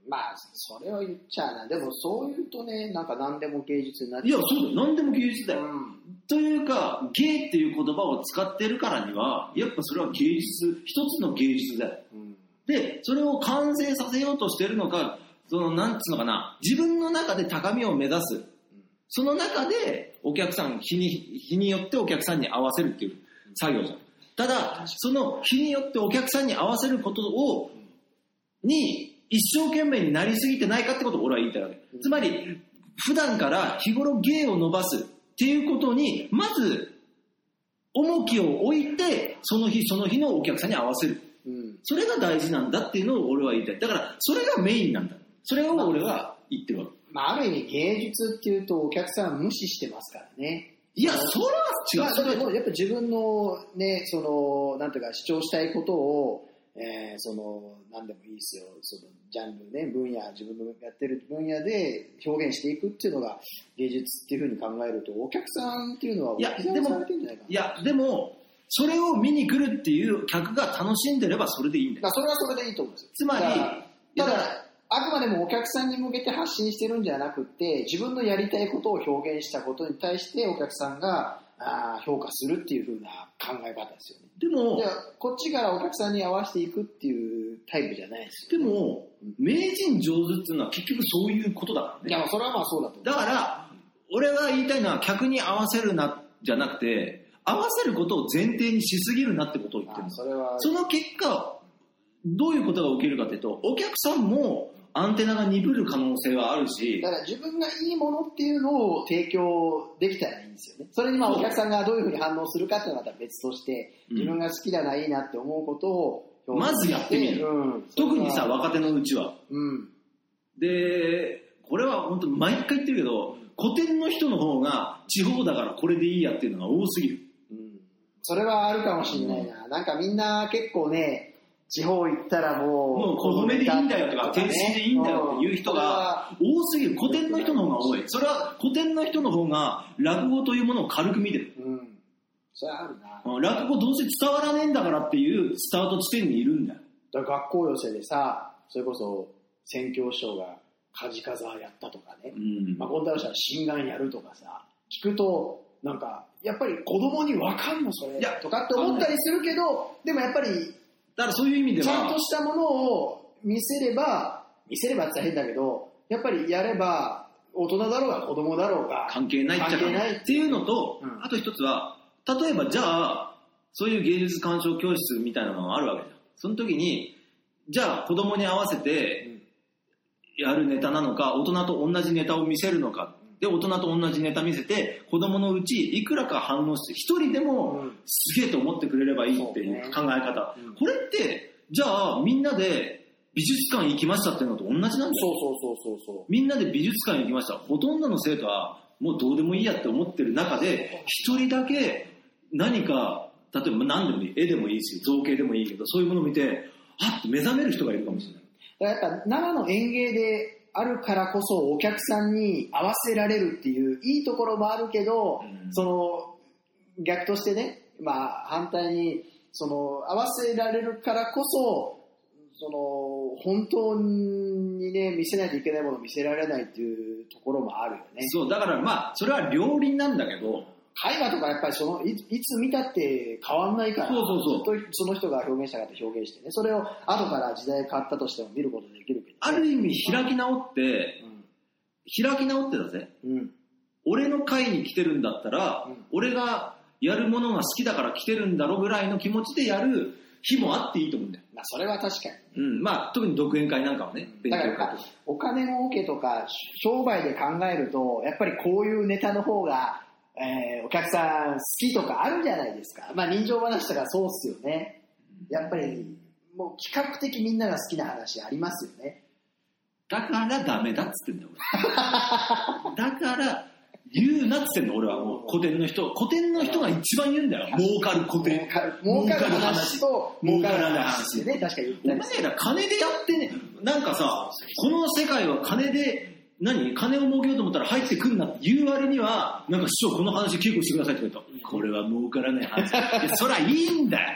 A: まあそれを言っちゃうなでもそう言うとねなんか何でも芸術になっ
B: い
A: ち
B: や、
A: ゃう
B: そうだよ。何でも芸術だよ。
A: うん
B: というか、芸っていう言葉を使ってるからには、やっぱそれは芸術、一つの芸術だよ。
A: うん
B: で、それを完成させようとしてるのか、その、なんつうのかな、自分の中で高みを目指す。その中で、お客さん、日に、日によってお客さんに合わせるっていう作業じゃん。ただ、その日によってお客さんに合わせることを、に、一生懸命になりすぎてないかってことを俺は言いたいわけ。つまり、普段から日頃芸を伸ばすっていうことに、まず、重きを置いて、その日その日のお客さんに合わせる。
A: うん
B: それが大事なんだっていうのを俺は言いたい。だから、それがメインなんだ。それを俺は言ってるわけ。
A: まあ、ある意味芸術っていうとお客さんは無視してますからね。
B: いや、それ
A: ま
B: は違
A: あ、
B: う。
A: だ
B: そ
A: け
B: れは
A: どやっぱ自分のね、その、なんていうか主張したいことを、えーその、なんでもいいですよ。その、ジャンルね、分野、自分のやってる分野で表現していくっていうのが芸術っていうふうに考えると、お客さんっていうのは、
B: いや
A: 置き去りにされてんじゃないか
B: い
A: な。
B: や、でも、それを見に来るっていう客が楽しんでればそれでいいんだよ。
A: まあ、それはそれでいいと思うんですよ。
B: つまり
A: だから、た
B: いやだ
A: だ
B: から
A: あくまでもお客さんに向けて発信してるんじゃなくて、自分のやりたいことを表現したことに対してお客さんがあー評価するっていう風な考え方ですよね。
B: でも
A: じゃ、あ、こっちからお客さんに合わせていくっていうタイプじゃないです
B: でも、名人上手っていうのは結局そういうことだから
A: よ。い
B: ね。
A: や、まあそれはまあそうだと思う。
B: だから、俺が言いたいのは客に合わせるな、じゃなくて、合わせることを前提にしすぎるなってことを言ってるん
A: ま
B: で
A: あ
B: す
A: それは、
B: その結果、どういうことが起きるかというと、お客さんもアンテナが鈍る可能性はあるし
A: だ、から自分がいいものっていうのを提供できたらいいんですよね。それにまあ
B: そう
A: お客さんがどういうふうに反応するかっていうのはまた別として、
B: うん
A: 自分が好きだな、いいなって思うことを表現
B: まずやってみる
A: うん
B: 特にさ、
A: それは
B: 若手のうちは。
A: うん。
B: で、これは本当毎回言ってるけど、古典の人の方が地方だからこれでいいやっていうのが多すぎる。
A: うんそれはあるかもしれないな。なんかみんな結構ね、地方行ったらもう、
B: もう小梅でいいんだよとか、
A: ね
B: 天津でいいんだよっていう人が多すぎる。古典の人の方が多い。それは古典の人の方が落語というものを軽く見てる。
A: うん、うんそれはあるな。
B: うん落語どうせ伝わらねえんだからっていうスタート地点にいるんだよ。
A: だから学校寄せでさ、それこそ、宣教師匠が梶風やったとかね
B: う、ん
A: まあ、ゴンタロウさん心眼やるとかさ、聞くと、なんか、やっぱり子供にわかんのそれ
B: いや
A: とかって思ったりするけど、でもやっぱり
B: だからそういう意味で
A: ちゃん
B: は
A: と、したものを見せれば、見せればって言ったら変だけど、やっぱりやれば、大人だろうが子供だろうが、
B: 関係ないっちゃ
A: 関係ない
B: っていうのと、
A: うん
B: あと一つは例えばじゃあそういう芸術鑑賞教室みたいなのがあるわけじゃんその時にじゃあ子供に合わせてやるネタなのか大人と同じネタを見せるのかで大人と同じネタ見せて子供のうちいくらか反応して一人でも
A: うん
B: すげえと思ってくれればいいっていう考え方、
A: そうねうん
B: これってじゃあみんなで美術館行きましたっていうのと同じなんだよ
A: そうそうそうそうそう。
B: みんなで美術館に行きました。ほとんどの生徒はもうどうでもいいやって思ってる中で、一人だけ何か、例えば何でもいい、絵でもいいし、造形でもいいけど、そういうものを見て、あっと目覚める人がいるかもしれない。
A: だからやっぱ長野園芸であるからこそお客さんに合わせられるっていういいところもあるけど、
B: うん
A: その逆としてね、まあ、反対にその合わせられるからこそその本当にね見せないといけないものを見せられないっていうところもあるよね
B: そう、だからまあ、それは両輪なんだけど、
A: 絵画とかやっぱりそのいいつ見たって変わんないから
B: そうそう
A: ずっとその人が表現したかった表現してねそれを後から時代変わったとしても見ることできるけど、
B: ある意味開き直って、開き直ってだぜ。
A: うんうん
B: 俺の会に来てるんだったら、
A: うん
B: 俺がやるものが好きだから来てるんだろぐらいの気持ちでやる日もあっていいと思うんだよ。
A: まあ、それは確か
B: うん、まあ、特に独演会なんかはね、
A: に。だからやっぱお金儲けとか商売で考えると、やっぱりこういうネタの方が、えーお客さん好きとかあるんじゃないですか。まあ人情話とかそうっすよね。やっぱり、もう企画的みんなが好きな話ありますよね。
B: だからダメだっつってんだよ、
A: (laughs)
B: 俺。だから、言うなっつってんだよ、俺はもう。古典の人。古典の人が一番言うんだよ。儲かる古典。
A: 儲かる話と
B: 儲
A: 儲
B: か
A: か
B: な
A: らら
B: い
A: ない
B: 話
A: 話でね、確かに
B: お
A: 言
B: 前
A: ったり
B: ら金でやってね、なんかさ、この世界は金で、何金を儲けようと思ったら入ってくんなって言う割には、なんか師匠この話稽古してくださいって言うと、これは儲からない話。いやそりゃいいんだよ。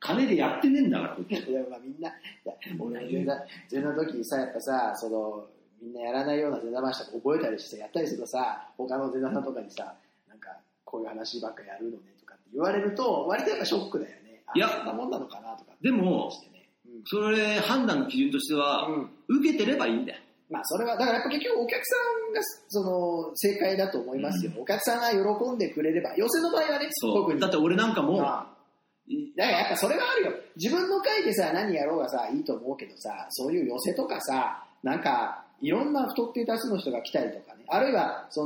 B: 金でやってねえんだから、こっち。
A: いやまあみんな、いや俺前座、前座の時にさ、やっぱさ、その、みんなやらないような前座話とか覚えたりしてやったりするとさ、他の前座さんとかにさ、なんか、こういう話ばっかやるのねとかって言われると、割とやっぱショックだよね。あ
B: いや
A: そんなもんなのかなとかって
B: でも、
A: してね。うん
B: それ判断の基準としては、受けてればいいんだよ。
A: まあそれは、だからやっぱ結局お客さんが、その、正解だと思いますよ。お客さんが喜んでくれれば、寄せの場合はね、
B: そ
A: 特
B: う。
A: に。
B: だって俺なんかも、
A: まあだからやっぱそれはあるよ。自分の会でさ、何やろうがさ、いいと思うけどさ、そういう寄せとかさ、なんか、いろんな太っていた数の人が来たりとかね、あるいは、そ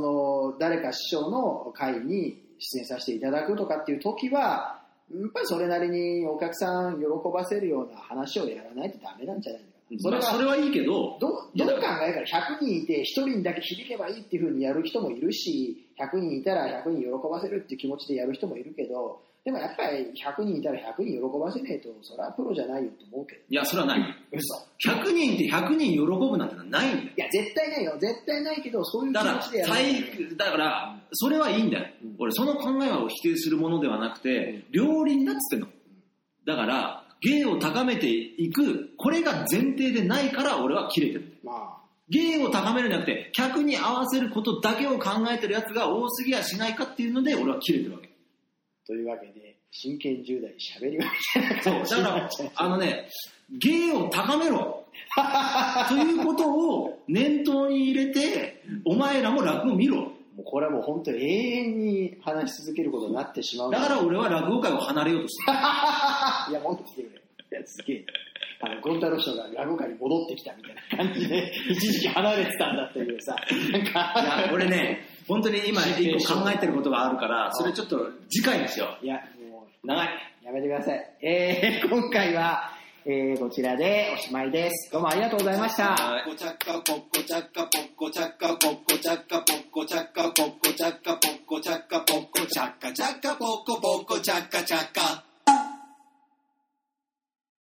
A: の、誰か師匠の会に出演させていただくとかっていう時は、やっぱりそれなりにお客さん喜ばせるような話をやらないとダメなんじゃないのかな。そ
B: それ
A: れ
B: は
A: は
B: それはいいけど、
A: どうどう考えたら100人いて1人にだけ響けばいいっていうふうにやる人もいるし100人いたら100人喜ばせるっていう気持ちでやる人もいるけどでもやっぱり100人いたら100人喜ばせねえとそれはプロじゃないよと思うけど
B: いや、それはない。
A: 嘘
B: 100人って100人喜ぶなんてのはないんだよ。
A: いや絶対ないよ絶対ないけどそういう気
B: だから
A: 持ちでや、る
B: 最だから、それはいいんだよ
A: うん。
B: 俺、その考えを否定するものではなくて、両輪だっつってんの。だから、芸を高めていく、これが前提でないから俺は切れてる。
A: まあ
B: 芸を高めるんじゃなくて、客に合わせることだけを考えてるやつが多すぎやしないかっていうので、俺は切れてるわけ。
A: というわけで真剣10代しゃべりが
B: そう。だから、あのね、芸を高めろということを念頭に入れて、お前らも落語見ろ。
A: もうこれはもう本当に永遠に話し続けることになってしまう
B: だから俺は落語界を離れようとしてる。
A: いや戻ってきてくれいやすげえあの、ゴン太郎師匠が落語界に戻ってきたみたいな感じで、一時期離れてたんだというさ、なんか、
B: いや俺ね、本当に今一個考えてることがあるから、それちょっと次回にしよ
A: いや、も
B: う。長い。
A: う、やめてください。えー、今回は、えー、こちらでおしまいです。どうもありがとうございました。
C: ポコチャッカポコチャッカポコチャッカポコチャッカポコチャッカポコチャッカポコチャッカポコチャッカチャッカポコポコチャッカチャッカ